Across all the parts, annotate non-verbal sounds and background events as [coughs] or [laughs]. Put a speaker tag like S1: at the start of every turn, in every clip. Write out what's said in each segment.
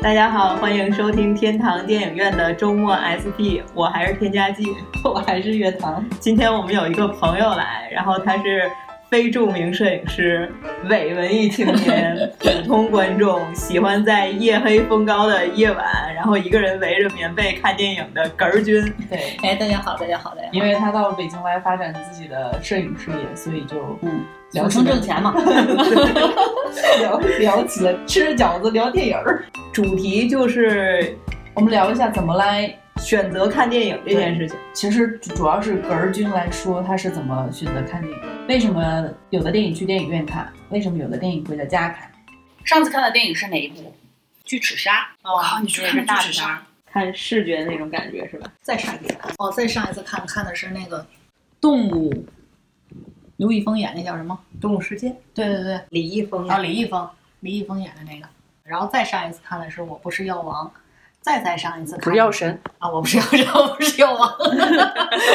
S1: 大家好，欢迎收听天堂电影院的周末 SP，我还是添加剂，
S2: 我还是月堂，
S1: 今天我们有一个朋友来，然后他是非著名摄影师、伪文艺青 [laughs] 年、普通观众，喜欢在夜黑风高的夜晚，然后一个人围着棉被看电影的哏儿君。
S2: 对，
S3: 哎，大家好，大家好，大
S4: [laughs]
S3: 家好。
S2: 因为他到北京来发展自己的摄影事业，所以就
S3: 嗯，
S2: 聊
S3: 苦
S2: 起
S3: 中
S2: 了
S3: 挣钱嘛。
S2: [laughs] 聊聊起了吃饺子，聊电影儿。
S1: 主题就是
S2: 我们聊一下怎么来，
S1: 选择看电影这件事情。
S2: 其实主要是格儿君来说他是怎么选择看电影，为什么有的电影去电影院看，为什么有的电影回到家看？
S3: 上次看的电影是哪一部？巨齿鲨。我靠，你说的是大
S5: 巨齿
S3: 鲨
S5: 鲨？看视觉那种感觉是吧？
S3: 再上一次看，
S5: 哦，再上一次看看的是那个
S3: 动物。刘亦菲演那叫什么？
S5: 《动物世界》，对对对，
S1: 李易峰
S5: 然后李易峰，李易峰演的那个，然后再上一次看的是《我不是药王》，再再上一次看
S4: 不是药神，
S5: 啊，我不是药神，我不是药王， [laughs]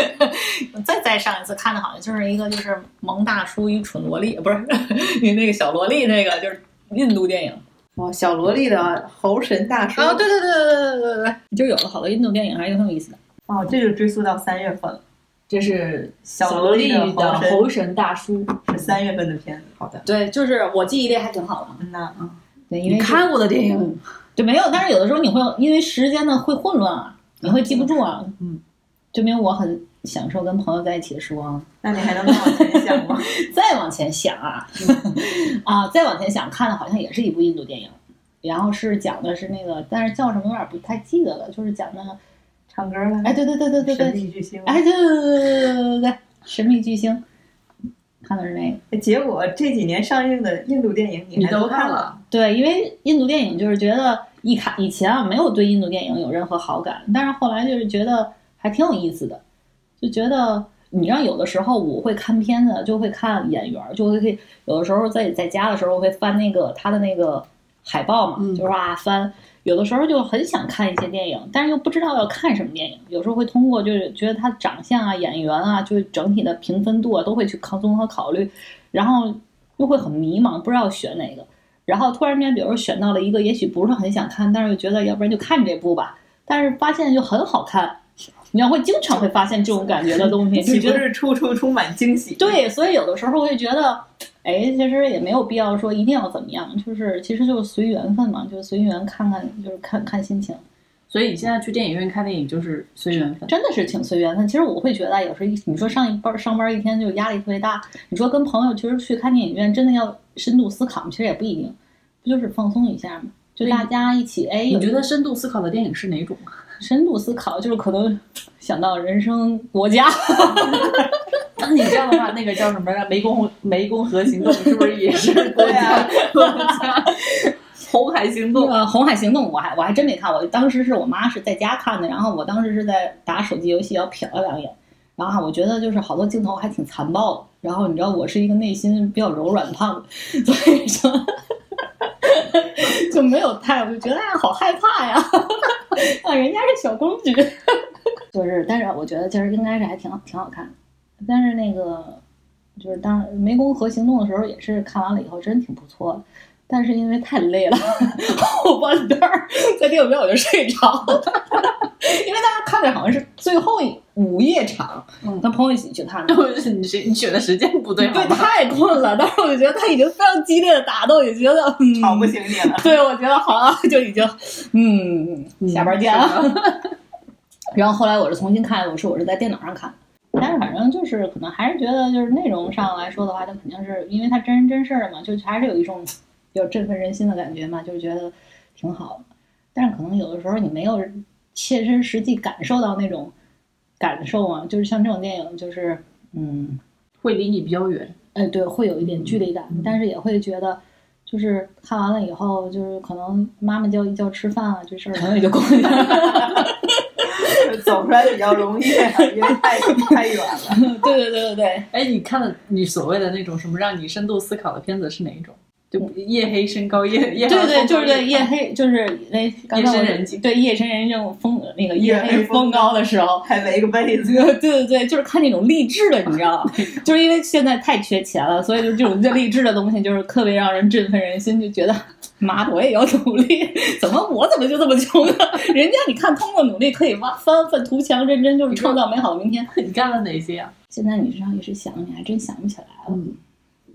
S5: 再再上一次看的好像就是一个就是萌大叔与蠢萝莉，不是你那个小萝莉那个就是印度电影。
S4: 哦，小萝莉的猴神大叔，
S5: 哦，对对对对对对对对，就有了好多印度电影，还挺有意思的。
S1: 哦，这就追溯到三月份了，
S2: 这是
S1: 小萝莉的
S2: 小
S1: 猴神
S2: 猴神大叔。
S1: 是三月份的片子。好的，
S3: 对，就是我记忆力还挺好的嘛。
S1: 嗯呐，
S5: 对，因为
S4: 你看过的电影，
S5: 就没有，但是有的时候你会因为时间的会混乱啊，你会记不住啊。
S2: 嗯，
S5: 证明我很享受跟朋友在一起的时光。
S1: 那你还能往前想
S5: [laughs]
S1: 吗？
S5: 再往前想啊，啊，再往前想，看的好像也是一部印度电影，然后是讲的是那个，但是叫什么有点不太记得了，就是讲的，
S1: 唱歌啊了，
S5: 哎，对对对对对
S1: 神
S5: 对，
S1: 秘巨星。
S5: 哎，对对对对对对对，神秘巨星，看的是那个。
S1: 哎结果这几年上映的印度电影你还都看了？
S4: 了？
S5: 对，因为印度电影就是觉得一看以前啊没有对印度电影有任何好感，但是后来就是觉得还挺有意思的，就觉得你知道有的时候我会看片子，就会看演员，就会有的时候在在家的时候会翻那个他的那个海报嘛，
S3: 嗯
S5: 就是啊翻，有的时候就很想看一些电影，但是又不知道要看什么电影，有时候会通过就是觉得他长相啊、演员啊，就是整体的评分度啊，都会去考综合考虑，然后又会很迷茫，不知道选哪个。然后突然间，比如选到了一个也许不是很想看，但是又觉得要不然就看这部吧，但是发现就很好看，你要会经常会发现这种感觉的东西，就
S1: 岂
S5: 觉
S1: 不
S5: 得
S1: 是处处充满惊喜？，
S5: 对，啊所以有的时候会觉得，哎，其实也没有必要说一定要怎么样，就是其实就是随缘分嘛，就是随缘看看，就是看看心情，
S4: 所以你现在去电影院看电影就是随缘分。
S5: 真的是挺随缘分。其实我会觉得，有时候一你说上一班上班一天就压力特别大，你说跟朋友其实去看电影院真的要深度思考，其实也不一定，不就是放松一下嘛。就大家一起，哎，
S4: 你
S5: 有
S4: 觉得深度思考的电影是哪种？
S5: 深度思考，就是可能想到人生、国家，
S4: 那 [laughs] 你这样的话，那个叫什么来着？湄公湄公河行动是不是也是
S1: 对
S4: [laughs]
S1: 啊，
S4: 红海行动？
S5: 呃，《红海行动》我还我还真没看，我当时是我妈是在家看的，然后我当时是在打手机游戏，然后瞟了两眼，然后我觉得就是好多镜头还挺残暴的，然后你知道我是一个内心比较柔软的胖子， [laughs] 所以就就没有太，我就觉得哎呀好害怕呀， [laughs] 啊人家是小公举， [laughs] 就是但是我觉得其实应该是还挺好挺好看的，但是那个就是当《湄公河行动》的时候也是看完了以后真挺不错的。但是因为太累了， [laughs] 后半段儿在电影院我就睡着了， [laughs] 因为大家看的好像是最后一午夜场，
S4: 嗯
S5: 跟朋友一起去看的。
S4: 你是你选的时间不对，
S5: 对，
S4: 好吗
S5: 太困了，当时我就觉得他已经非常激烈的打斗，也觉得嗯，
S1: 吵不啊醒你了。
S5: 对，我觉得好像就已经嗯， [laughs] 下班见啊。然后后来我是重新看，我是我是在电脑上看，但是反正就是可能还是觉得就是内容上来说的话，它肯定是因为它真人真事儿嘛，就还是有一种比较振奋人心的感觉嘛，就是觉得挺好的。但是可能有的时候你没有切身实际感受到那种感受啊，就是像这种电影，就是嗯，
S4: 会离你比较远。
S5: 哎，对，会有一点距离感，但是也会觉得，就是看完了以后，就是可能妈妈叫一叫吃饭啊，这事儿可能也就过去了。 [laughs]
S1: 走出来比较容易，啊因为太太远了。
S5: 对对对对对，
S4: 哎，你看的你所谓的那种什么让你深度思考的片子是哪一种？就夜黑身高夜夜
S5: 对对，
S4: 黑
S5: 就是
S4: 夜
S5: 对夜黑，就是那
S4: 夜深人
S5: 静，对夜深人静风那个
S1: 夜
S5: 夜
S1: 黑
S5: 黑
S1: 风
S5: 风高的时候，
S1: 还围个被子，
S5: 对对对，就是看那种励志的，你知
S4: [laughs]
S5: 道吗？就是因为现在太缺钱了，所以就是这种励志的东西，就是特别让人振奋人心，就觉得妈的，我也要努力，怎么我怎么就这么穷呢？ [laughs] 人家你看，通过努力可以挖翻翻图强，认真就是创造美好的明天。
S4: 你干了哪些啊？嗯
S5: 现在你这样一时想，你还真想不起来了。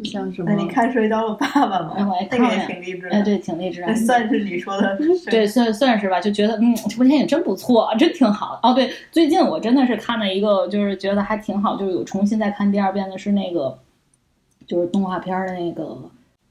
S4: 像什么
S1: 那？你看《水刀的爸爸》
S5: 嗯哎
S1: 吗
S5: 我也？
S1: 那
S5: 看了
S1: 个也挺励志
S5: 哎，
S1: 的，
S5: 对，挺励志
S1: 那
S5: 啊。
S1: 算是你说的，
S5: 对，算算是吧，就觉得嗯，这部电影真不错，真挺好哦。对，最近我真的是看了一个，就是觉得还挺好，就是有重新再看第二遍的是那个，就是动画片儿的那个，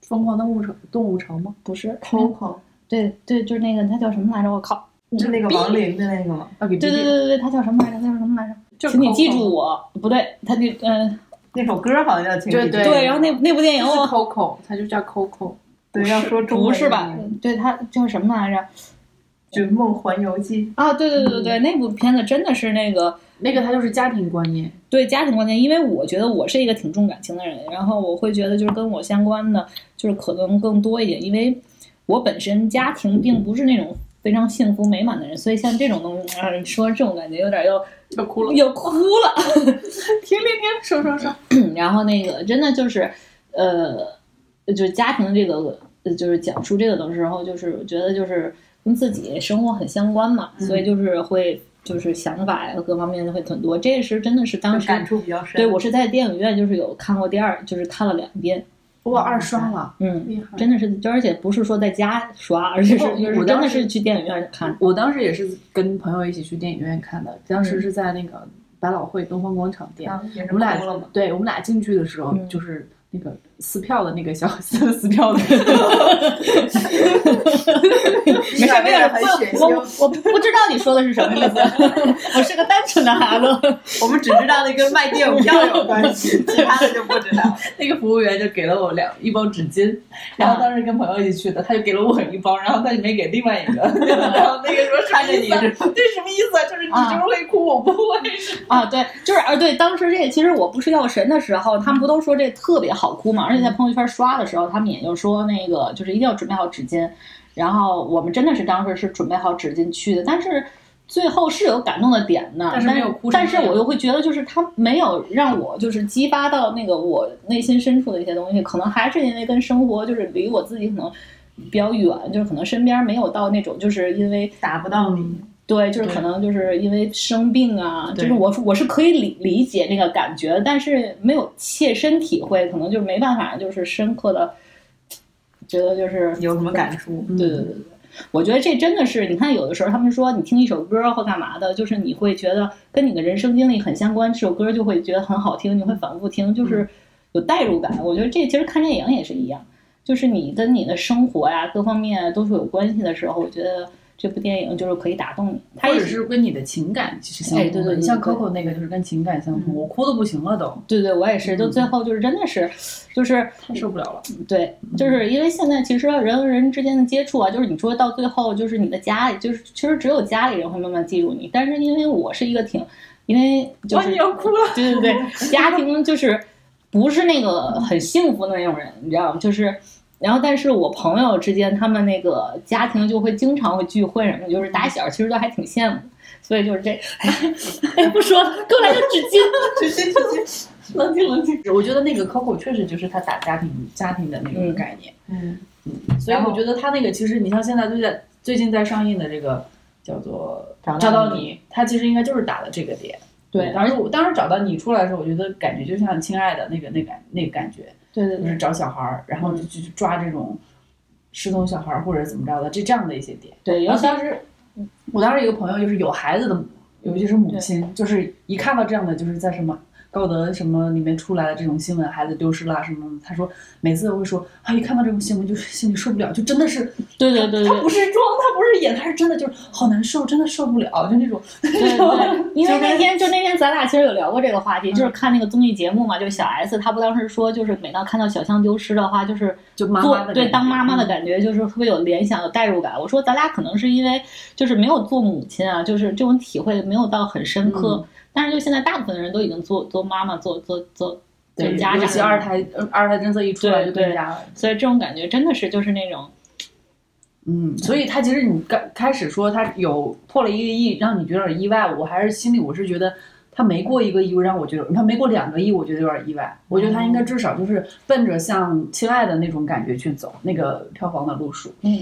S4: 疯狂的物城动物城吗？
S5: 不是
S1: Coco，
S5: 对对，就是那个他叫什么来着？我靠！
S1: 就那个王林的那个吗？
S4: 啊，给
S5: 对对对对对，他叫什么来着？他叫什么来着？
S4: 就是
S5: 请你记住我，不对，他就嗯、
S1: 那首歌好像叫《情侣》，
S4: 对
S5: 对，然后那那部电影
S4: 就是
S5: 我
S4: Coco，它就叫 Coco。
S1: 对要说中文
S5: 不是吧？对，他叫什么来着？
S1: 就《寻梦环游记
S5: 啊，对对对
S4: 嗯
S5: 对对，那部片子真的是那个。
S4: 那个它就是家庭观念，
S5: 对家庭观念，因为我觉得我是一个挺重感情的人，然后我会觉得就是跟我相关的，就是可能更多一点，因为我本身家庭并不是那种非常幸福美满的人，所以像这种东西，啊、说这种感觉有点要
S4: 就哭了。
S5: 要哭了。 [laughs]
S4: 停停停，说说说，
S5: [coughs] 然后那个真的就是，呃，就是家庭这个，呃就是讲述这个的时候，就是觉得就是跟自己生活很相关嘛，所
S1: 嗯
S5: 以就是会就是想法呀各方面都会很多，这是真的是》，当时
S1: 嗯感触比较深。
S5: 对，我是在电影院就是有看过第二，就是看了两遍，
S4: 我二刷了，
S5: 嗯，
S4: 厉害。
S5: 真的是，就而且不是说在家刷，而且是
S4: 哦
S5: 就
S4: 我
S5: 是真
S4: 当
S5: 的
S4: 时
S5: 是去电影院看。
S4: 我当时也是跟朋友一起去电影院看的，当时是在那个百老汇东方广场店，
S1: 啊也是
S4: 我们俩
S1: 哭 [laughs] 了嘛，
S4: 对我们俩进去的时候，
S5: 嗯
S4: 就是那个撕票的那个小撕票的， [laughs]
S5: 没事
S1: 感
S5: 没
S1: 觉
S5: 事，
S1: 很血
S5: 不
S1: 腥
S5: 我我我不知道你说的是什么意思， [laughs] 我是个单纯的孩子。
S1: 我们只知道那跟卖电影票有关系，其他的就不知道。
S4: 那个服务员就给了我两一包纸巾，然后当时跟朋友一起去的，他就给了我一包，然后他就没给另外一个，然后那个说看着你， [laughs] 这什么意思啊？就是你就是会哭，我不会是
S5: [laughs] 啊，对，就是啊，对，当时这其实我不是药神的时候，他们不都说这特别好哭嘛？而且在朋友圈刷的时候，他们也就说那个就是一定要准备好纸巾。然后我们真的是当时是准备好纸巾去的，但是最后是有感动的点呢，
S4: 但是
S5: 但
S4: 没有哭成
S5: 但
S4: 那
S5: 是
S4: 样
S5: 我又会觉得就是他没有让我就是激发到那个我内心深处的一些东西，可能还是因为跟生活就是离我自己可能比较远，就是可能身边没有到那种就是因为
S1: [laughs] 打不到你，
S5: 对，就是
S4: 对
S5: 可能就是因为生病啊，
S4: 对
S5: 就是我我是可以理理解那个感觉的，但是没有切身体会，可能就没办法，就是深刻的觉得就是
S1: 有什么感触？
S5: 对对对对，我觉得这真的是，你看有的时候他们说你听一首歌或干嘛的，就是你会觉得跟你的人生经历很相关，这首歌就会觉得很好听，你会反复听，
S4: 嗯
S5: 就是有代入感。我觉得这其实看电影也是一样，就是你跟你的生活呀、各方面啊都是有关系的时候，我觉得这部电影就是可以打动你。它
S4: 或
S5: 也
S4: 者是跟你的情感其实相通的。
S5: 哎对对对
S4: 你像
S5: 对
S4: Coco 那个就是跟情感相通，
S1: 嗯
S4: 我哭的不行了都，
S5: 对对，我也是，就最后就是真的是，就是
S4: 太受不了了。
S5: 对，就是因为现在其实人和人之间的接触啊，就是你说到最后，就是你的家里，就是其实只有家里人会慢慢记住你。但是因为我是一个挺，因为就是、
S4: 哇你要哭了，
S5: 对对对，家庭就是不是那个很幸福的那种人，你知道吗？就是。然后，但是我朋友之间，他们那个家庭就会经常会聚会什么的，就是打小其实都还挺羡慕的，所以就是这，哎，不说了，给我来个纸巾，
S4: 冷静冷静。我觉得那个 Coco 确实就是他打家庭家庭的那种
S5: 嗯
S4: 概念，
S1: [laughs] 嗯，
S4: 所以
S1: 然后
S4: 我觉得他那个其实你像现在最在最近在上映的这个叫做
S1: 找到
S4: 《
S1: 你
S4: 找到你》，他其实应该就是打的这个点。
S5: 对
S4: 当时我当时找到你出来的时候，我觉得感觉就像《亲爱的》那个那感那个感觉，
S5: 对对
S4: 就是找小孩儿，然后就去抓这种失踪小孩儿或者怎么着的，这这样的一些点。然
S5: 对，尤
S4: 后
S5: 其
S4: 当时，我当时有个朋友就是有孩子的母，尤其是母亲，就是一看到这样的，就是在什么高德什么里面出来的这种新闻，孩子丢失啊啦什么的，他说每次都会说啊，一看到这种新闻就是心里受不了，就真的是，
S5: 对对对对
S4: 他不是装，他不是演，他是真的就是好难受，真的受不了，就那种，
S5: [laughs] 对对，因为那天就那天咱俩其实有聊过这个话题，就是
S4: 嗯
S5: 看那个综艺节目嘛，就是小 S 她不当时说，就是每当看到小象丢失的话，就是
S4: 就妈
S5: 做
S4: 妈的
S5: 对
S4: 感
S5: 当
S4: 觉
S5: 妈妈的
S4: 嗯
S5: 感觉，就是特别有联想、有代入感。我说咱俩可能是因为就是没有做母亲啊，就是这
S4: 嗯
S5: 种体会没有到很深刻，但是就现在大部分人都已经做做妈妈、做做做
S4: [laughs] 对，
S5: 跟家长
S4: 尤其二胎呃二胎政策一出来
S5: 对
S4: 就更
S5: 对
S4: 加了
S5: 所以这种感觉真的是就是那种
S4: 嗯，所以他其实你刚开始说他有破了一个亿，让你觉得有点意外，我还是心里我是觉得他没过一个亿，让我觉得他没过两个亿，我觉得有点意外。我觉得他应该至少就是奔着像《亲爱的》那种感觉去走那个票房的路数。
S5: 嗯，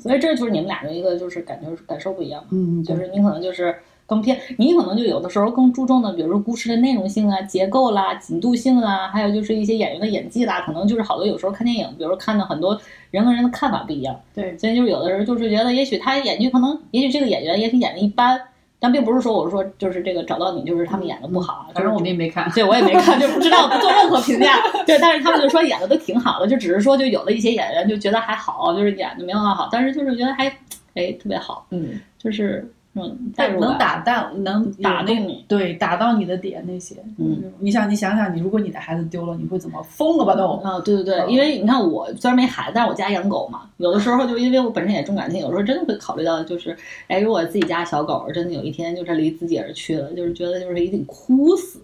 S5: 所以这就是你们俩的一个就是感觉感受不一样。
S4: 嗯，
S5: 就是你可能就是更偏，你可能就有的时候更注重的，比如说故事的内容性啊、结构啦、紧度性啊，还有就是一些演员的演技啦，可能就是好多有时候看电影，比如说看的很多人跟人的看法不一样，
S2: 对
S5: 所以就是有的人就是觉得，也许他演技可能，也许这个演员也许演的一般，但并不是说我说就是这个找到你就是他们演的不好啊，
S4: 反正我们也没看。
S5: 对，我也没看，就不知道，不做任何评价。对，但是他们就说演的都挺好的，就只是说就有的一些演员就觉得还好，就是演的没有那么好，但是就是觉得还哎特别好，
S4: 嗯，
S5: 就是嗯代
S4: 但
S5: 入
S4: 能
S5: 感，
S4: 打蛋，能
S5: 打
S4: 有
S5: 动你。
S4: 对打到你的点那些。
S5: 嗯，
S4: 你想，你想想，你如果你的孩子丢了，你会怎么疯了吧都？
S5: 啊、对对对，因为你看我虽然没孩子，但是我家养狗嘛，有的时候就因为我本身也重感情，有时候真的会考虑到，就是哎，如果自己家小狗真的有一天就是离自己而去了，就是觉得就是一定哭死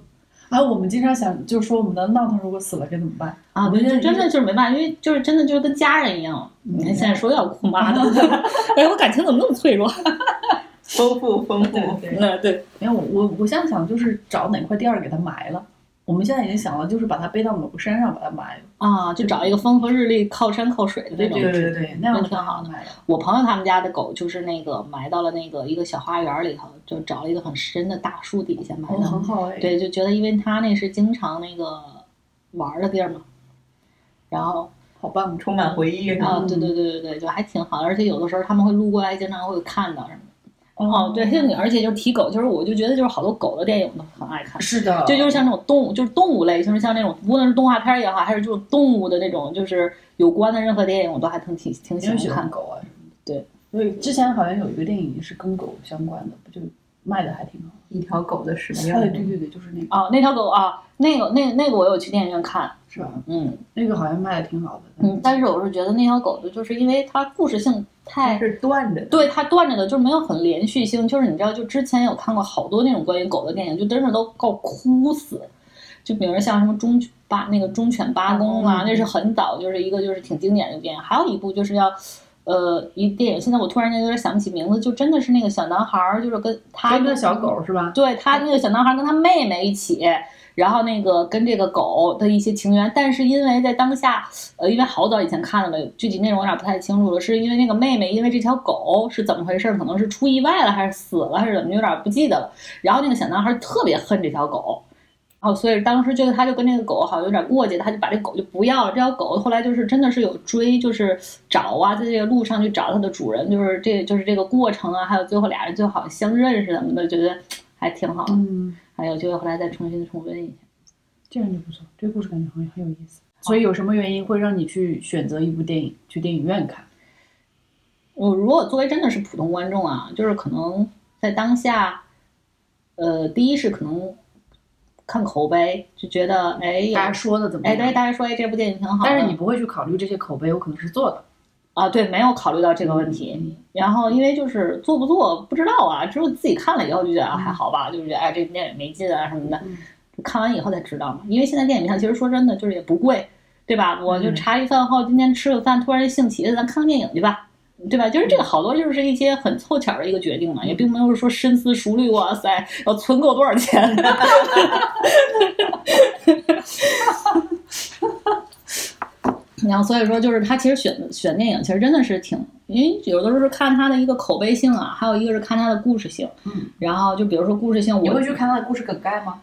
S4: 啊，我们经常想，就是说我们的闹腾如果死了该怎么办？
S5: 啊，
S4: 我觉得
S5: 就真的就是没办法，因为就是真的就是跟家人一
S4: 嗯
S5: 样。你看现在说要哭妈的，哎，我感情怎么那么脆弱？
S1: 丰富丰富。
S4: 对
S5: 那对，
S4: 没有，我我我想想，就是找哪块地儿给它埋了。我们现在已经想了，就是把它背到某个山上把它埋了。
S5: 啊，就找一个风和日丽、靠山靠水的那种。
S4: 对对，那样
S5: 那挺好
S4: 的。埋了。
S5: 我朋友他们家的狗就是那个埋到了那个一个小花园里头，就找了一个很深的大树底下埋
S4: 哦，
S5: 的。
S4: 很好哎。，
S5: 对，就觉得因为他那是经常那个玩儿的地儿嘛，然后
S4: 好棒。
S1: 充满回忆哈，
S5: 啊，对对对对对，就还挺好，而且有的时候他们会路过来，经常会看到什么的。哦，对，像你，而且就是提狗，就是我就觉得就是好多狗的电影我都很爱看。
S4: 是的，
S5: 这就是像那种动物，就是动物类，就是像那种无论是动画片儿也好，还是就是动物的那种，就是有关的任何电影，我都还挺挺挺
S4: 因为喜
S5: 喜欢
S4: 欢
S5: 看。
S4: 狗啊什么的。
S5: 对，
S4: 所以之前好像有一个电影是跟狗相关的，不就卖的还挺好。
S1: 一条狗的使命
S4: 哎，。对对对，就是那个，
S5: 哦，那条狗啊，那个那那个我有去电影院看，
S4: 是吧？
S5: 嗯
S4: 那个好像卖的挺好的。
S5: 嗯，但是我是觉得那条狗的，就是因为它故事性太
S1: 它是断着的，
S5: 对它断着的，就是没有很连续性。就是你知道，就之前有看过好多那种关于狗的电影，就真是都够哭死。就比如像什么忠犬八那个忠犬八
S4: 嗯
S5: 公啊，那是很早就是一个就是挺经典的电影。还有一部就是要，呃，一电影，现在我突然间有点想不起名字，就真的是那个小男孩儿，就是跟他
S4: 跟个小狗是嗯吧？
S5: 对他那个小男孩跟他妹妹一起，然后那个跟这个狗的一些情缘，但是因为在当下，呃，因为好早以前看的了，具体内容有点不太清楚了，是因为那个妹妹因为这条狗是怎么回事，可能是出意外了，还是死了，还是怎么，有点不记得了。然后那个小男孩特别恨这条狗。然后所以当时这个他就跟这个狗好像有点过节，他就把这狗就不要了。这条狗后来就是真的是有追，就是找啊，在这个路上去找它的主人，就是这就是这个过程啊，还有最后俩人最后好像相认是怎么的，觉得还挺好。
S4: 嗯，
S5: 还有机会回来再重新重温一下。
S4: 这样就不错。这个故事感觉好像很有意思。所以有什么原因会让你去选择一部电影去电影院看？
S5: 我如果作为真的是普通观众啊，就是可能在当下，呃，第一是可能看口碑，就觉得哎有
S4: 大家说的怎么
S5: 哎对，
S4: 样？
S5: 大家说哎这部电影挺好的，
S4: 但是你不会去考虑这些口碑有可能是做的。
S5: 啊，对，没有考虑到这个问
S4: 嗯
S5: 题。然后因为就是做不做不知道啊，只有自己看了以后就觉得啊
S4: 嗯
S5: 还好吧，就是觉得哎这电影没劲啊什么的。看完以后才知道嘛，因为现在电影票其实说真的就是也不贵，对吧？我
S4: 嗯
S5: 就茶余饭后今天吃个饭，突然兴起，哎咱看个电影去吧。对吧？就是这个
S4: 嗯
S5: 好多就是一些很凑巧的一个决定嘛，也并没有说深思熟虑。哇塞，要存够多少钱？ [laughs] 然后所以说，就是他其实选选电影，其实真的是挺，因为有的时候是看他的一个口碑性啊，还有一个是看他的故事性。
S4: 嗯，
S5: 然后就比如说故事性，
S4: 你
S5: 我
S4: 会去看他的故事梗概吗？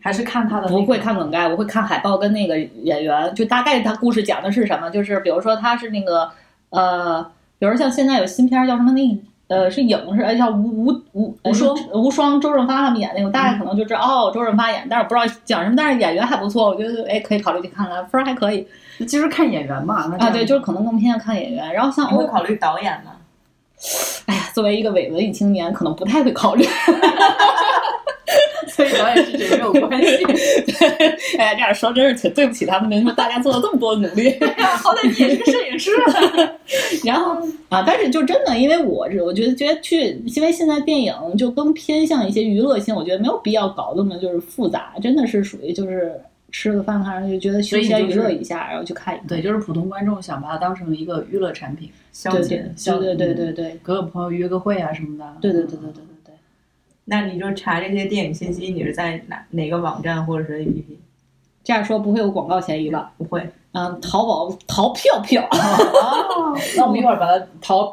S4: 还是看他的、
S5: 不会看梗概，我会看海报跟那个演员，就大概他故事讲的是什么。就是比如说他是那个呃，比如像现在有新片儿叫什么那呃是影是哎叫无无无
S4: 无双
S5: 呃无双周润发他们演那个，我大概可能就知道、哦周润发演，但是我不知道讲什么，但是演员还不错，我觉得哎可以考虑去看看，分儿还可以
S4: 那就是看演员嘛。那这
S5: 啊。
S4: 样
S5: 对，就是可能更偏向看演员。然后像
S1: 你会
S5: 欧，
S1: 考虑导演 [laughs] 吗？
S5: 哎呀，作为一个伪文艺青年，可能不太会考虑。 [laughs]
S4: 所以导演是这没有关 [laughs] 系。
S5: 哎呀，这样说真是挺对不起他们的，你说大家做了这么多努力。
S4: 好歹你也是个
S1: [laughs]
S4: 摄影师。
S5: 然后啊，但是就真的，因为我是我觉得觉得去，因为现在电影就更偏向一些娱乐性，我觉得没有必要搞那么就是复杂，真的是属于就是吃个饭，看上去觉得休
S4: 所以你
S5: 闲
S4: 就
S5: 娱
S4: 是
S5: 乐一下，然后去看一看。
S4: 对，就是普通观众想把它当成一个娱乐产品，
S1: 消
S5: 对
S1: 解。
S4: 消
S5: 对对对
S4: 嗯
S5: 对对
S4: 跟朋友约个会啊什么的。
S5: 对对对对对对对。
S1: 那你就查这些电影信息，你是在哪哪个网站或者是 APP？
S5: 这样说不会有广告嫌疑吧？
S1: 不会，
S5: 嗯，淘宝淘票票， [laughs]
S1: 哦
S4: 那我们一会儿把它淘，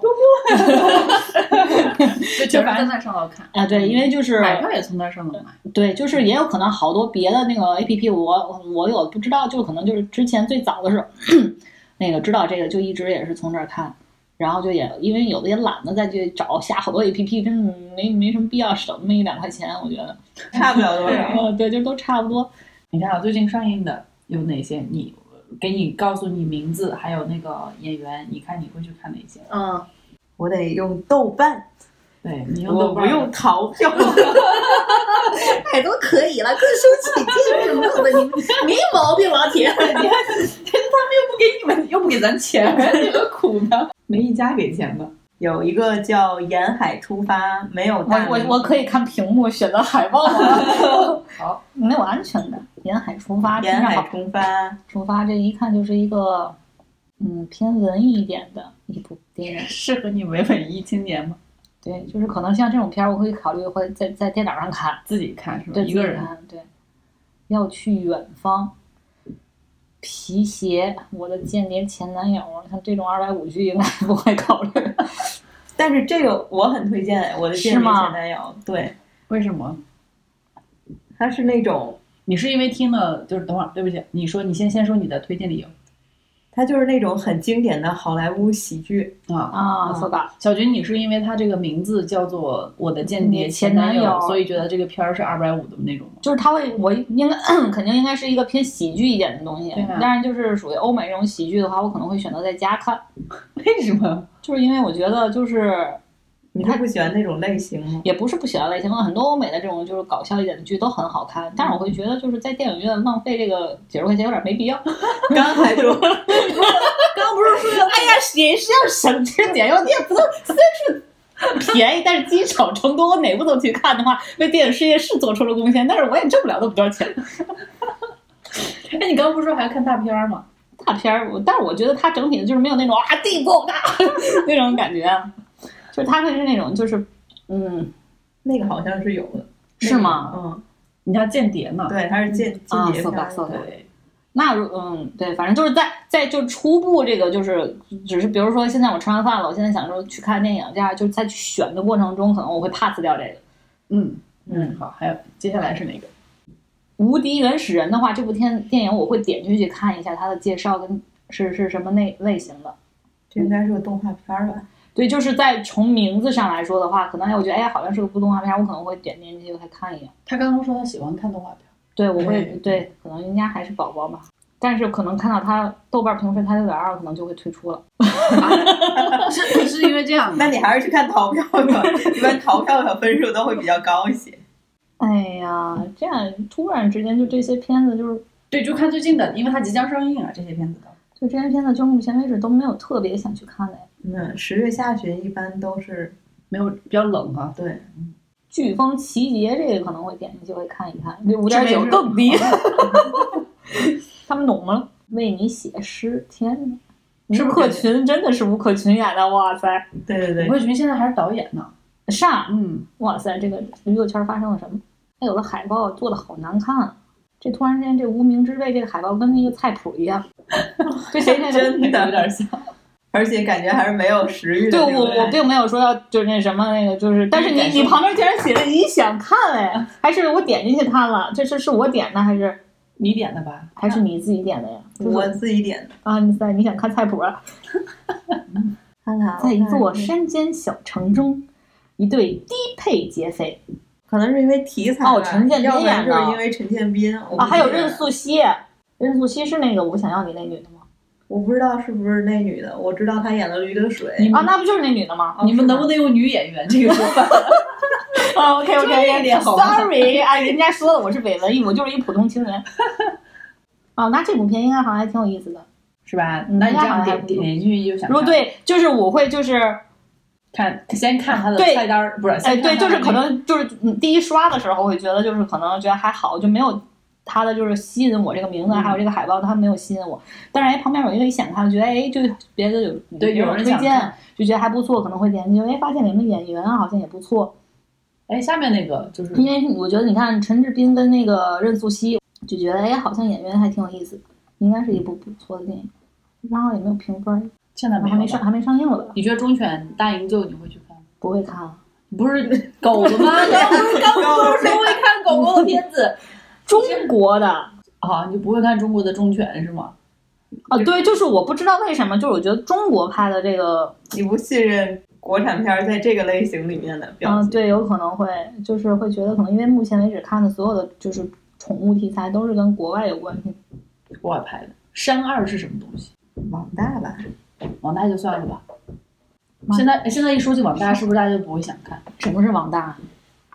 S4: [laughs] 就
S5: 就
S4: 全
S5: 反
S4: 是在
S5: 正
S4: 那上头 [laughs] 看
S5: 啊，对，因为就是
S4: 买票也从那上头买。
S5: 对，就是
S1: 嗯
S5: 也有可能好多别的那个 A P P，我我有不知道，就是可能就是之前最早的时候， [clears throat] 那个知道这个就一直也是从这儿看，然后就也因为有的也懒得再去找下好多 A P P，真的没没什么必要省那么一两块钱，我觉得。
S1: 差不了多少。
S5: 嗯， [laughs] 对，就都差不多。
S4: 你看啊，最近上映的有哪些？你给你告诉你名字，还有那个演员，你看你会去看哪些？
S5: 嗯，
S1: [laughs] 我得用豆瓣，
S4: 对你用
S1: 我
S4: 豆瓣
S1: 不
S4: 儿
S1: 用淘 [laughs] 票。
S5: 哎，都可以了，快收起这种弄的，你没毛病，啊老铁。
S4: 你们又不给咱钱，你们苦呢？没一家给钱的，
S1: 有一个叫《沿海出发》，没有
S5: 我
S1: 大
S5: 我
S1: 名
S5: 我可以看屏幕选择海报吗？
S1: [laughs]
S4: 好，
S5: 没有安全感，沿海出发，听
S1: 沿
S5: 着好
S1: 海出发》
S5: 出发，这一看就是一个嗯偏文艺一点的一部电影。
S4: [laughs] 适合你为文艺青年吗？
S5: 对，就是可能像这种片儿，我会考虑会在在电脑上看，
S4: 自己看是吧？
S5: 对，
S4: 一个
S5: 自己
S4: 人，
S5: 看对。要去远方，皮鞋，我的间谍前男友，像这种二百五剧应该不会考虑。
S1: 但是这个我很推荐，我的
S5: 是
S1: 间谍前
S5: 吗
S1: 男友，对，
S4: 为什么？
S1: 他是那种
S4: 你是因为听了就是等会儿，对不起，你说你先先说你的推荐理由
S1: 他就是那种很经典的好莱坞喜剧，
S4: [laughs] 啊。
S5: 啊，说吧，
S4: 小军，你是因为他这个名字叫做《我的间谍
S5: 你嗯前
S4: 男
S5: 男友
S4: 所以觉得这个片儿是二百五的那种吗？ [laughs]
S5: 就是他会，我应该 [clears throat] 肯定应该是一个偏喜剧一点的东西
S4: 对啊，
S5: 当然就是属于欧美这种喜剧的话，我可能会选择在家看，
S4: 为什么？
S5: 就是因为我觉得就是
S1: 你会不喜欢那种类型
S5: [laughs]
S1: 吗？
S5: 也不是不喜欢类型，很多欧美的这种就是搞笑一点的剧都很好看，但是我会觉得就是在电影院浪费这个几十块钱有点没 [laughs] 必要。刚
S1: 刚才说
S5: [laughs] 不是说哎呀，也是要省吃俭用，电不虽是便宜，但是积少成多，我哪部都去看的话，为电影事业是做出了贡献，但是我也挣不了那么多钱。
S4: 哎，你刚不是说还要看大片儿吗？
S5: 大片儿，我但是我觉得它整体的就是没有那种啊地够大 [laughs] 那种感觉，啊就是它会是那种就是嗯
S1: 那个好像是有的，
S5: 是吗？
S1: 嗯，
S4: 你像间谍呢？
S1: 对，他是间间
S5: 啊
S1: 谍
S5: 搜
S1: 片
S5: 吧
S1: 儿，
S5: 搜吧
S4: 对，
S5: 那如嗯，对，反正就是在在就初步这个就是只是比如说现在我吃完饭了，我现在想说去看电影，这样就是在去选的过程中，可能我会 pass 掉这个。
S4: 嗯
S5: 嗯，
S4: 好，还有接下来是哪个？
S5: 无敌原始人的话，这部天电影我会点进去看一下它的介绍跟是是什么类类型的。
S1: 这应该是个动画片儿吧？
S5: 对，就是在从名字上来说的话，可能哎，我觉得哎，好像是个部动画片，我可能会点进去来看一眼。
S4: 他刚刚说他喜欢看动画片。
S5: 对，我会
S4: 对
S5: 对，可能人家还是宝宝吧，但是可能看到他豆瓣评分他六点二，可能就会退出了。 [laughs]
S4: 是是因为这 [laughs] 样
S1: 那你还是去看淘票票，一般淘票票分数都会比较高一些。
S5: 哎呀，这样突然之间就这些片子，就是
S4: 对，就看最近的，因为它即将上映啊，这些片子都。
S5: 就这些片子，就目前为止都没有特别想去看的呀。
S1: 嗯，十月下旬一般都是
S4: 没有比较冷啊，
S1: 对，
S5: 飓风奇劫这个可能会点进去会看一看，这五点
S4: 这
S5: 九
S4: 没事 [laughs]
S5: 更低。他们懂吗？为你写诗，天哪！
S4: 是
S5: 吴
S4: 不是
S5: 克
S4: 感觉
S5: 群真的是吴克群演的，哇塞！
S1: 对对对
S4: 吴，克群现在还是导演呢。
S5: 啥？
S4: 嗯，
S5: 哇塞，这个娱乐圈发生了什么？哎，有的海报做的好难看啊！这突然之间，这无名之辈这个海报跟那个菜谱
S4: [laughs]
S5: 一样，这谁那个
S1: 真的
S4: 有点像。
S1: 而且感觉还是没有食欲的
S5: 对
S1: 那种
S5: 我我
S1: 感觉。
S5: 并没有说要就是那什么那个就是，但是你你旁边竟然写的你想看哎，还是我点进去看了？这是是我点的还是
S4: 你点的吧？
S5: 还是你自己点的呀？
S1: 我自己点的，
S5: 啊，你在你想看菜谱啊？
S1: 看啊看
S5: 在一座
S1: 看看
S5: 山间小城中，一对低配劫匪
S1: 可能是因为题材吧
S5: 哦陈建斌
S1: 要不然就是
S5: 演的
S1: 因为陈建斌我不
S5: 啊，还有
S1: 记得
S5: 任素汐，任素汐是那个我想要你那女的吗？
S1: 我不知道是不是那女的，我知道她演了《驴得水》
S4: 你
S5: 啊，那不就是那女的吗？
S1: 哦
S4: 你
S1: 是
S4: 们
S1: 吗
S4: 能不能用女演员这个说法？
S1: 哦
S5: 啊，OK [laughs]
S4: 专业
S5: OK
S4: 点好吗
S5: OK，Sorry，哎，人家说了我是伪文艺，我就是一普通青年。
S1: [laughs]
S5: 哦，那这部片应该好像还挺有意思的。
S4: 是吧？
S5: 嗯
S4: 那你这
S5: 那好
S4: 样
S5: 还
S4: 点
S5: 不错
S4: 点进去就想看，
S1: 嗯
S5: 如果对，就是我会就是
S4: 看先看他的
S5: 对
S4: 菜单儿，不是？ [laughs]
S5: 哎，
S4: 先看
S5: 对，
S4: 它
S5: 就
S4: 的
S5: 是可
S4: 那个
S5: 能就是嗯第一刷的时候会觉得就是可能觉得还好，就没有他的就是吸引我这个
S4: 嗯
S5: 名字，还有这个海报，他没有吸引我。但是哎，旁边有一个一显看，觉得哎，就别的有
S4: 对
S5: 有
S4: 有人
S5: 推
S4: 想
S5: 荐
S4: 看，
S5: 就觉得还不错，可能会研究。哎，发现里面的演员啊好像也不错，
S4: 哎，下面那个就是
S5: 因为我觉得你看陈志斌跟那个任素汐，就觉得哎，好像演员还挺有意思，应该是一部不错的电影。然后也没有评分，
S4: 现在
S5: 然后
S4: 没
S5: 还没
S4: 有
S5: 上
S4: 吧。
S5: 还没上映了，
S4: 你觉得《忠犬大营救》你会去看吗？
S5: 不会看啊了。
S4: 不是 [laughs] 狗子吗？刚不是刚不是说会看狗狗的片子 [laughs]
S5: 中国的
S4: 啊？你就不会看中国的《忠犬》是吗？
S5: 啊，对，就是我不知道为什么，就是我觉得中国拍的这个
S1: 你不信任国产片儿在这个类型里面的表
S5: 嗯，
S1: 现？
S5: 对，有可能会，就是会觉得可能因为目前为止看的所有的就是宠物题材都是跟国外有关系。
S4: 国外拍的《山二》是什么东西？
S1: 网大吧，
S4: 网大就算了吧。
S5: 妈
S4: 现在哎现在一说起网大，是不是大家就不会想看？
S5: 什么是网大？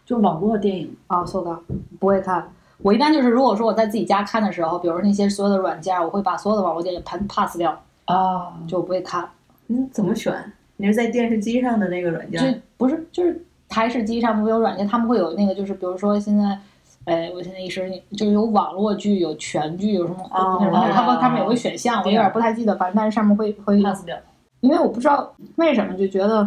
S4: 就网络电影，
S5: 哦，搜到不会看。我一般就是如果说我在自己家看的时候，比如说那些所有的软件，我会把所有的网络电影盘 pass 掉，
S4: 啊，
S5: 就我不会看。
S1: 你怎么选？你是在电视机上的那个软
S5: 就
S1: 件儿？
S5: 不是就是台式机上不是有软件，他们会有那个就是比如说现在。哎，我现在一时就是有网络剧，有全剧，有什么
S1: 哦啊
S5: 那种，他们他们有个选项，我有点不太记得，反正但是上面会会
S4: pass 掉。
S5: 因为我不知道为什么就觉得，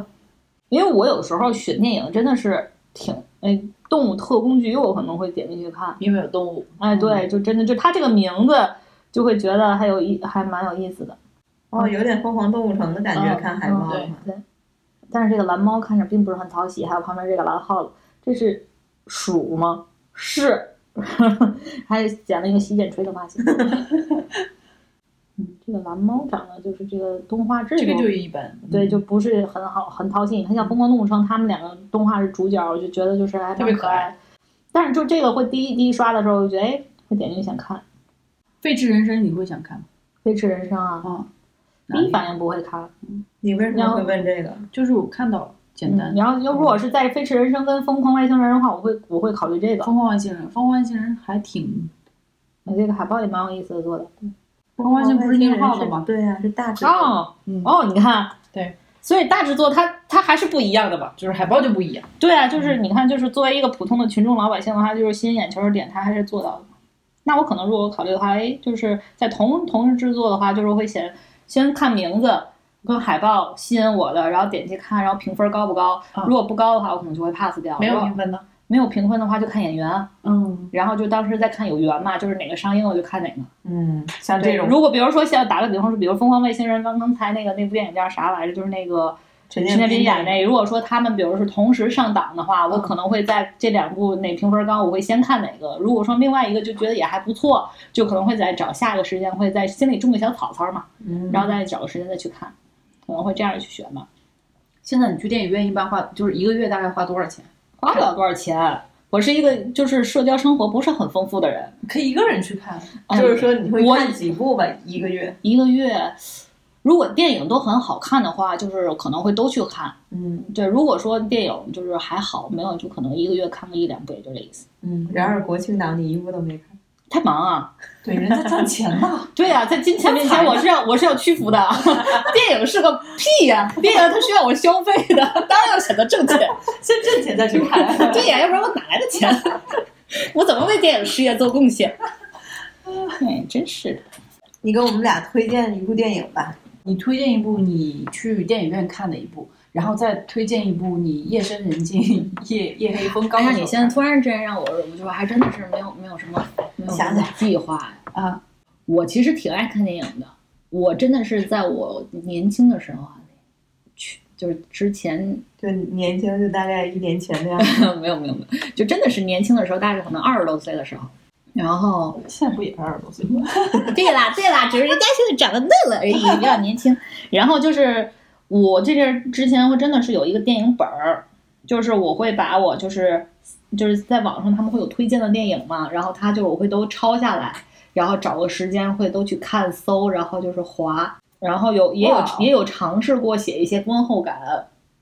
S5: 因为我有时候选电影真的是挺，哎，动物特工局我可能会点进去看，
S4: 因为有动物，
S5: 哎，
S1: 嗯
S5: 对，就真的就它这个名字就会觉得还有意，还蛮有意思的。
S1: 哦，有点《疯狂动物城》的感觉，
S5: 嗯
S1: 看海报的
S4: 嗯
S1: 话。
S5: 但是这个蓝猫看着并不是很讨喜，还有旁边这个蓝耗子，这是鼠吗？是， [laughs] 还剪了一个洗剪吹的发型。嗯，这个蓝猫长得就是这个动画质
S4: 这
S5: 量，
S4: 个就一般。
S5: 对，
S4: 嗯
S5: 就不是很好，很讨喜。很像《疯狂动物城》，他们两个动画是主角，我就觉得就是还
S4: 特别
S5: 蛮
S4: 可
S5: 可
S4: 爱
S5: 爱。但是就这个会第一第一刷的时候，我就觉得哎，会点进去想看《
S4: 废置人生》你会想看吗？
S5: 飞驰人生》啊，
S4: 啊，
S5: 第一反应不会看。
S1: 你为什么会问这个？
S4: 就是我看到了简单
S5: 嗯，。然后要如果是在《飞驰人生》跟《疯狂外星人》的话，我会我会考虑这个。
S4: 疯狂外星人，疯狂外星人还挺，
S5: 哎这个海报也蛮有意思的做的。
S4: 疯狂外星人不是宁浩的
S1: 吗？啊
S4: 吗？
S1: 对呀、是大制作。
S5: 哦
S4: 嗯
S5: 哦，你看，
S4: 对，
S5: 所以大制作它它还是不一样的吧？
S4: 就是海报就不一样。
S5: 对啊，就是你看，就是作为一个普通的群众老百姓的话，就是吸引眼球的点，他还是做到的。那我可能如果我考虑的话，哎，就是在同同时制作的话，就是会先先看名字跟海报吸引我的，然后点击看，然后评分高不高
S4: 啊？
S5: 如果不高的话，我可能就会 pass 掉。
S4: 没
S5: 如
S4: 有
S5: 果
S4: 评分的，
S5: 没有评分的话，就看演员，
S4: 嗯，
S5: 然后就当时在看有缘嘛，就是哪个上映我就看哪个。
S1: 嗯，像
S5: 对
S1: 这，种
S5: 如果比如说像打个比方说，比如《疯狂外星人》刚刚才那个那部电影叫啥来着？就是那个
S1: 陈
S5: 陈建
S1: 建
S5: 斌
S1: 斌
S5: 演那，如果说他们比如是同时上档的
S1: 嗯
S5: 话，我可能会在这两部哪评分高，我会先看哪个。如果说另外一个就觉得也还不错，就可能会再找下一个时间，会在心里种个小草草嘛，
S1: 嗯
S5: 然后再找个时间再去看，可能会这样去选吧。
S4: 现在你去电影院一般花就是一个月大概花多少钱？
S5: 花不了多少钱，我是一个就是社交生活不是很丰富的人，
S4: 可以一个人去看，
S1: 就是说你会
S5: 嗯我
S1: 看几部吧，一个月。
S5: 一个月。如果电影都很好看的话，就是可能会都去看。
S1: 嗯
S5: 对，如果说电影就是还好，没有就可能一个月看个一两部，也就这意思。
S1: 嗯，然而国庆档你一部都没看，
S5: 太忙啊，
S4: 对，人
S5: [laughs]
S4: 家赚钱 [laughs] 呐。
S5: 对呀、在金钱面前，我是要我是要屈服的。 [laughs] 电影是个屁呀、电影它需要我消费的，当然要选择挣钱。
S4: 先挣钱再去看。
S5: 对呀、要不然我哪来的钱？ [laughs] 我怎么为电影事业做贡献？ [laughs] 哎，真是的。
S1: 你给我们俩推荐一部电影吧。
S4: [laughs] 你推荐一部你去电影院看的一部，然后再推荐一部你夜深人静、夜夜黑
S5: 哎
S4: 风高的时候看。
S5: 突然之间让我，我就还真的是没有没有
S4: [laughs]
S5: 什么没
S1: 有什么
S5: 计划呀。
S4: 啊，
S5: 我其实挺爱看电影的，我真的是在我年轻的时候啊，去就是之前 [laughs]
S1: 就年轻，就大概一年前的样子。
S5: 没有没有没有，就真的是年轻的时候，大概可能二十多岁的时候。然后，
S4: 现在不也是二十多岁吗？
S5: [laughs] 对啦对啦，只是人家现在长得嫩了而已，比较年轻。然后就是我这阵儿之前会真的是有一个电影本儿，就是我会把我就是就是在网上他们会有推荐的电影嘛，然后他就我会都抄下来，然后找个时间会都去看搜，然后就是划，然后有也有
S4: 哇
S5: 也有尝试过写一些观后感，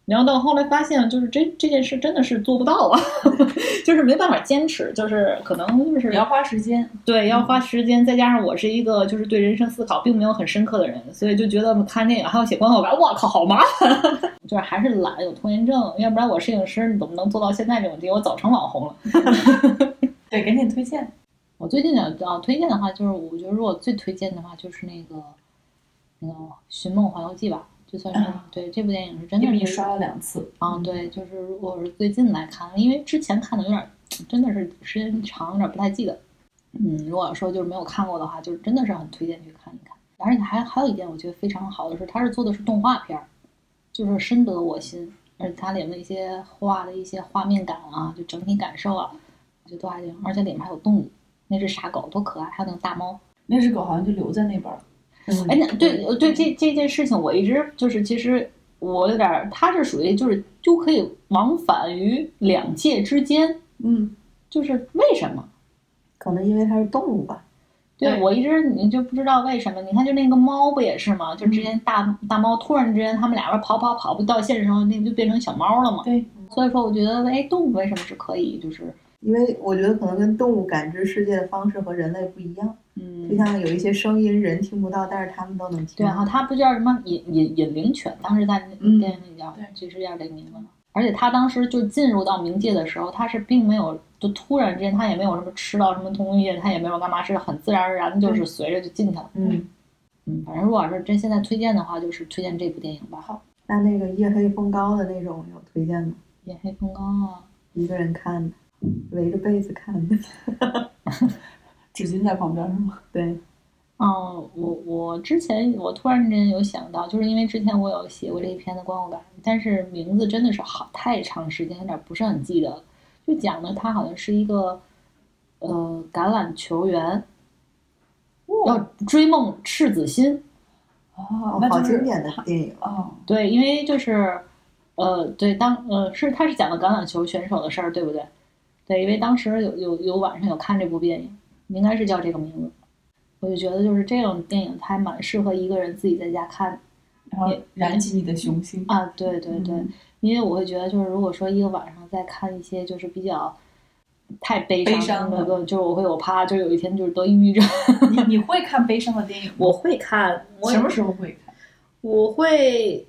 S5: 然后到后来发现就是这这件事真的是做不到啊， [laughs] 就是没办法坚持，就是可能就是
S4: 你要花时间，
S5: 对，要
S4: 嗯
S5: 花时间，再加上我是一个就是对人生思考并没有很深刻的人，所以就觉得看电影还要写观后感，我靠，好麻烦。 [laughs] 就是还是懒，有拖延症，要不然我摄影师你怎么能做到现在这种地步？我早成网红了。
S4: 对，赶紧推荐。
S5: 我最近想啊推荐的话，就是我觉得如果最推荐的话，就是那个那个《寻梦环游记》吧，就算是、对这部电影是真的
S4: 因为啊
S5: 是
S4: 你刷了两次，
S5: 啊，对，就是如果是最近来看，因为之前看的有点儿，真的是时间长，有点儿不太记得。嗯，如果说就是没有看过的话，就是真的是很推荐去看一看。而且还还有一点，我觉得非常好的是，它是做的是动画片儿，就是深得我心，而且它里面的一些画的一些画面感啊，就整体感受啊，我觉得都还行。而且里面还有动物，那只傻狗多可爱，还有那个大猫。
S4: 那只狗好像就留在那边了。
S5: 哎，那对呃对这这件事情，我一直就是其实我有点儿，它是属于就是就可以往返于两界之间，
S4: 嗯，
S5: 就是为什么？
S1: 可能因为它是动物吧。
S5: 对
S4: 对
S5: 我一直你就不知道为什么？你看就那个猫不也是吗？就之前大、大猫突然之间他们俩人跑跑跑，不到现实中那不就变成小猫了吗？
S4: 对，
S5: 所以说我觉得哎，动物为什么是可以就是
S1: 因为我觉得可能跟动物感知世界的方式和人类不一样，就
S5: 嗯。
S1: 像有一些声音人听不到，但是他们都能听
S5: 对，啊
S1: 到。
S5: 然后它不叫什么引引引灵犬，当时在那
S4: 嗯
S5: 电影里叫
S4: 对，
S5: 这是叫灵名了。而且他当时就进入到冥界的时候，他是并没有就突然之间，他也没有什么吃到什么东西，他也没有干嘛，是很自然而然的，就是随着就进去了。
S1: 嗯，
S5: 嗯，反正如果是真现在推荐的话，就是推荐这部电影吧，《
S1: 那那个夜黑风高的那种有推荐吗？
S5: 夜黑风高》啊。
S1: 一个人看的，围着被子看的。
S4: 纸巾在旁边是吗？
S1: 对，
S5: 嗯，我我之前我突然之间有想到，就是因为之前我有写过这一篇的观后感，但是名字真的是好太长时间，有点不是很记得了。就讲的他好像是一个呃橄榄球员，要追梦赤子心。
S4: 哦
S1: 哦，
S4: 那
S1: 好
S4: 就是
S1: 经典的电影。
S4: 哦，
S5: 对，因为就是呃，对，当呃是他是讲的橄榄球选手的事儿，对不对？对，因为当时有有有晚上有看这部电影，应该是叫这个名字。我就觉得就是这种电影，它还蛮适合一个人自己在家看的。
S4: 然后燃起你的雄心。
S5: 啊，对对对，因为我会觉得，就是如果说一个晚上再看一些就是比较太悲
S4: 悲
S5: 伤
S4: 伤
S5: 的
S4: 的
S5: 歌，就是我会我怕就有一天就是得抑郁症。
S4: [laughs] 你你会看悲伤的电影吗？
S5: 我会看，我
S4: 什么时候会看？
S5: 我会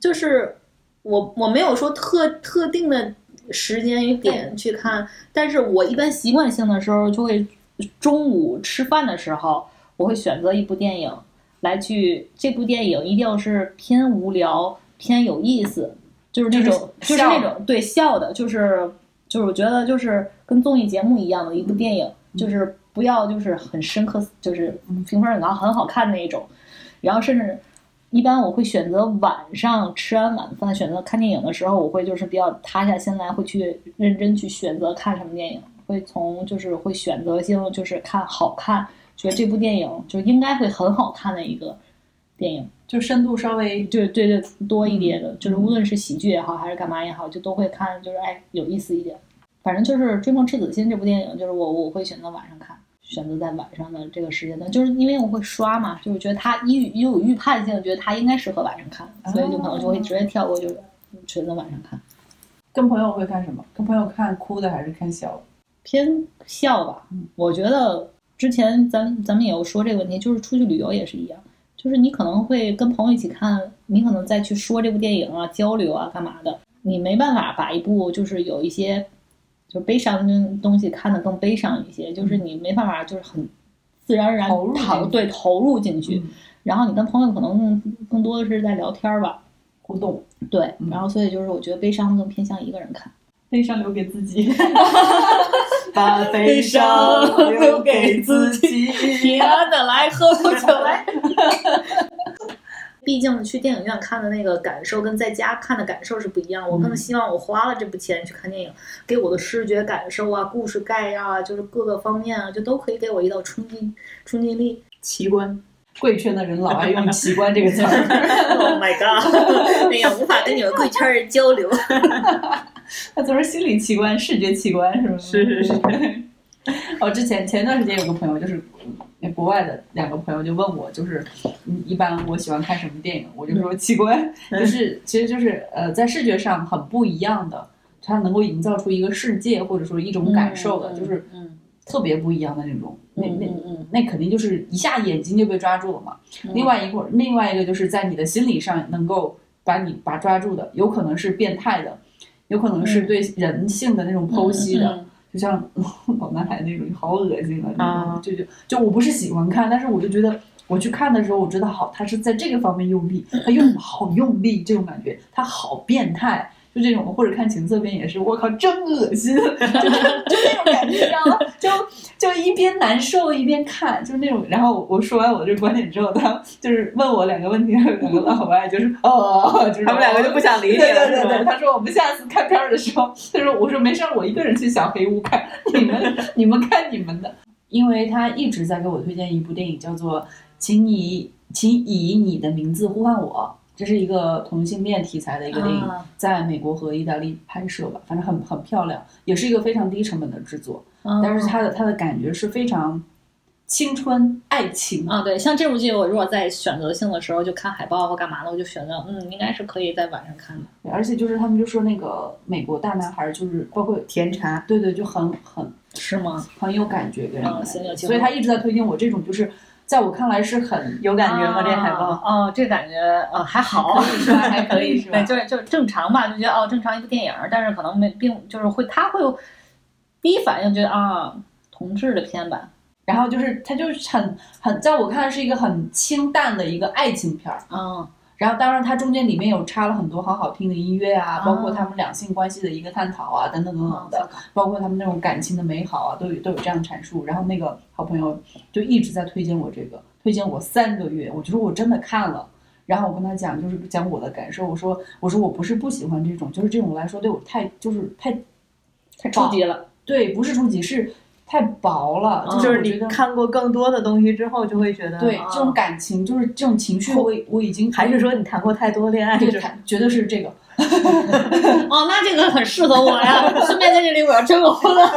S5: 就是我我没有说特特定的时间与点去看，但是我一般习惯性的时候就会中午吃饭的时候，我会选择一部电影来去，这部电影一定要是偏无聊、偏有意思，就是那种
S4: 就是
S5: 就是
S4: 笑
S5: 那种对笑的，就是就是我觉得就是跟综艺节目一样的一部电影，就是不要就是很深刻，就是评分很高、很好看那一种，然后甚至。一般我会选择晚上吃完晚饭，选择看电影的时候，我会就是比较塌下心来，会去认真去选择看什么电影，会从就是会选择性就是看好看，觉得这部电影就应该会很好看的一个电影，
S4: 就深度稍微
S5: 就是对对多一点的，就是无论是喜剧也好还是干嘛也好，就都会看，就是哎有意思一点。反正就是《追梦赤子心》这部电影，就是我我会选择晚上看，选择在晚上的这个时间段，就是因为我会刷嘛，就是觉得它一又有预判性，觉得它应该适合晚上看，所以就可能就会直接跳过，就是选择晚上看，
S4: 跟朋友会看什么？跟朋友看哭的还是看笑的？
S5: 偏笑吧。
S4: 嗯
S5: 我觉得之前咱咱们也有说这个问题，就是出去旅游也是一样，就是你可能会跟朋友一起看，你可能再去说这部电影啊、交流啊、干嘛的，你没办法把一部就是有一些就悲伤的东西看得更悲伤一些，就是你没办法就是很自然而然
S4: 嗯投入进去嗯
S5: 投对投入进去，然后你跟朋友可能更更多的是在聊天儿吧，
S4: 互动，
S5: 对，
S4: 嗯
S5: 然后所以就是我觉得悲伤更偏向一个人看。
S4: 悲伤留给自己。 [laughs]
S1: 把悲伤留给自己。
S5: 平安的来喝口酒来。毕竟去电影院看的那个感受跟在家看的感受是不一样。我更希望我花了这笔钱去看电影，给我的视觉感受啊、故事概要啊，就是各个方面啊，就都可以给我一道冲击冲击力。
S1: 奇观，
S4: [laughs] 贵圈的人老爱用“奇观”这个词儿，
S5: Oh my god！哎呀，无法跟你们贵圈人交流。
S4: 他总是心理奇观、视觉奇观，是不
S1: 是是
S4: [laughs]
S1: 是。
S4: 我之前前段时间有个朋友，就是那国外的两个朋友就问我，就是嗯，一般我喜欢看什么电影，我就说
S1: [laughs]
S4: 奇观，
S1: 嗯
S4: 就是其实就是呃，在视觉上很不一样的，它能够营造出一个世界或者说一种感受的，就是
S5: 嗯
S4: 特别不一样的那种，那那
S5: 嗯
S4: 那肯定就是一下眼睛就被抓住了嘛。另外一会儿，另外一个就是在你的心理上能够把你把抓住的，有可能是变态的，有可能是对人性的那种剖析的，就像 [laughs] 老男孩那种，就好恶心
S1: 啊
S4: 啊！就就就我不是喜欢看，但是我就觉得我去看的时候，我觉得好，他是在这个方面用力，他用得好用力这种感觉，他好变态。就这种，或者看情色片也是，我靠，真恶心，就就那种感觉，你知道吗？就就一边难受一边看，就是那种。然后我说完我这观点之后，他就是问我两个问题，还有两个老好爱就是哦，就
S1: [laughs]
S4: 是
S1: 他们两个就不想理你
S4: 对
S1: 了，
S4: 对对对，
S1: 是吧？
S4: 他说我们下次看片儿的时候，他说我说没事儿，我一个人去小黑屋看，你们你们看你们的。因为他一直在给我推荐一部电影，叫做《请你请以你的名字呼唤我》，这是一个同性恋题材的一个电影，
S5: 啊
S4: 在美国和意大利拍摄吧，反正很很漂亮，也是一个非常低成本的制作，但是它的它的感觉是非常青春爱情
S5: 啊，对，像这部剧，我如果在选择性的时候就看海报或干嘛的，我就选择嗯，应该是可以在晚上看的。
S4: 对而且就是他们就说那个美国大男孩儿就是包括
S1: 甜茶，
S4: 对对就很很
S5: 是吗？
S4: 很有感觉给人的
S5: 嗯
S4: 感
S5: 行有
S4: 觉，
S5: 机会
S4: 所以他一直在推荐我这种，就是在我看来是很有感觉吗？这海报，
S5: 哦，这感觉呃还好，
S4: 还可
S5: [laughs]
S4: 以是吧
S5: 对，就是就是正常吧，就觉得哦正常一部电影，但是可能没并就是会他会有第一反应觉得啊同志的片吧，
S4: 然后就是他就是很很在我看来是一个很清淡的一个爱情片儿，
S5: 嗯
S4: 然后当然它中间里面有插了很多好好听的音乐啊，
S5: 啊
S4: 包括他们两性关系的一个探讨啊，等等等等的，包括他们那种感情的美好啊，都有都有这样阐述。然后那个好朋友就一直在推荐我这个，推荐我三个月，我就说我真的看了。然后我跟他讲，就是讲我的感受。我说，我说我不是不喜欢这种，就是这种来说对我太就是太
S5: 太初级了，
S4: 对，不是初级，是太薄了。
S5: 嗯
S1: 啊就是
S4: 我觉
S1: 你
S4: 得
S1: 看过更多的东西之后，就会觉得
S4: 对
S5: 啊
S4: 这种感情，就是这种情绪，我已我已经
S1: 还是说你谈过太多恋爱？
S4: 对
S1: 是吧
S4: 他绝对是这个。
S5: 哦，那这个很适合我 [laughs] 呀。顺便在这里我要征婚了，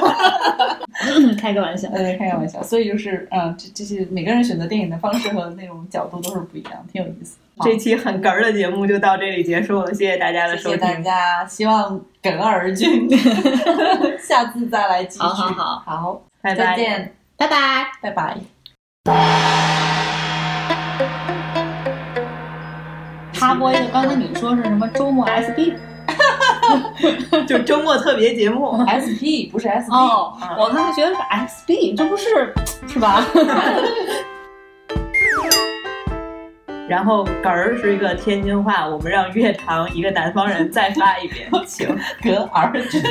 S5: [laughs] 开个玩笑。
S4: 呃，开个玩笑。所以就是，嗯，这这些每个人选择电影的方式和那种角度都是不一样，挺有意思。好
S1: 这期很哏儿的节目就到这里结束了，谢谢大家的
S4: 谢
S1: 收
S4: 谢
S1: 听。
S4: 大家，希望梗而
S5: [laughs]
S4: 俊， [laughs] 下次再来继续。
S5: 好好好，
S4: 好，
S1: 拜拜
S4: 再见，
S5: 拜拜。
S4: 拜拜。
S5: 插播一个，刚才你说是什么周末 SD
S1: [laughs] 就周末特别节目，
S4: SP 不是 SD，、
S5: 哦，我刚才觉得是 XB，这不是是吧？
S1: 然后“哏儿”是一个天津话，我们让岳堂一个南方人再发一 [laughs] 遍，请。
S4: 梗而 [laughs] 俊，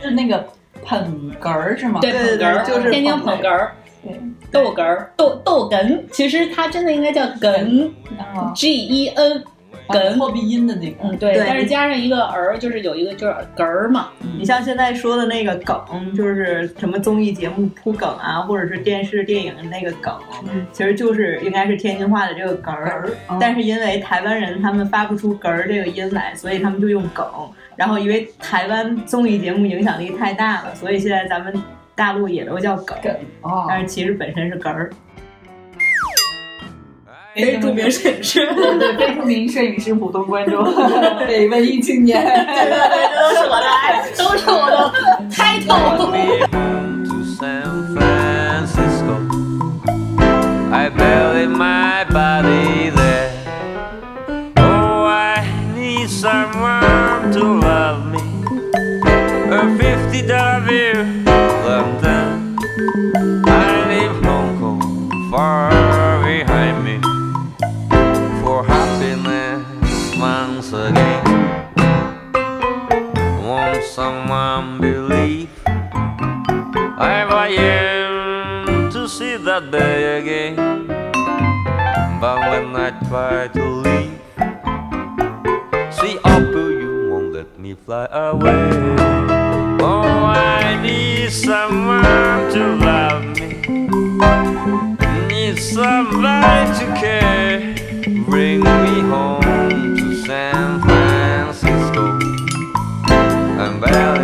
S4: 是那个捧哏儿是吗？
S5: 对
S1: 对对
S5: 哏儿
S1: 就是
S5: 天津
S1: 捧
S5: 捧哏儿
S4: 对，嗯
S5: 逗哏儿，逗逗哏，其实它真的应该叫哏
S4: 啊，
S5: ，G E N，哏
S4: 后鼻音的那个。
S5: 嗯对，
S1: 对
S5: 但是加上一个儿，就是有一个就是哏儿嘛，
S4: 嗯
S1: 你像现在说的那个梗，就是什么综艺节目铺梗啊，或者是电视电影那个梗，其实就是应该是天津话的这个哏嗯儿。
S4: 嗯
S1: 但是因为台湾人他们发不出“哏儿”这个音来，所以他们就用梗。然后因为台湾综艺节目影响力太大了，所以现在咱们大陆也都叫梗，
S4: 梗哦，
S1: 但是其实本身是哏 [laughs] 儿。
S5: 非著哎名摄影师，
S4: 对，非著名摄影师普通观 [laughs] 众，北文艺青年。
S1: 这都是我的爱。
S5: 都是我的 title。
S6: home to San Francisco. I buried my body there. Oh, I need someone to love me. A fifty dollar bill, London. I leave Hong Kong far behind me for happiness once again. Won't someone believe? I am to see that day again. But when I try to leave, see up you won't let me fly away. Oh, I need someone to love me. Need somebody to care. Bring me home to San Francisco. I'm barely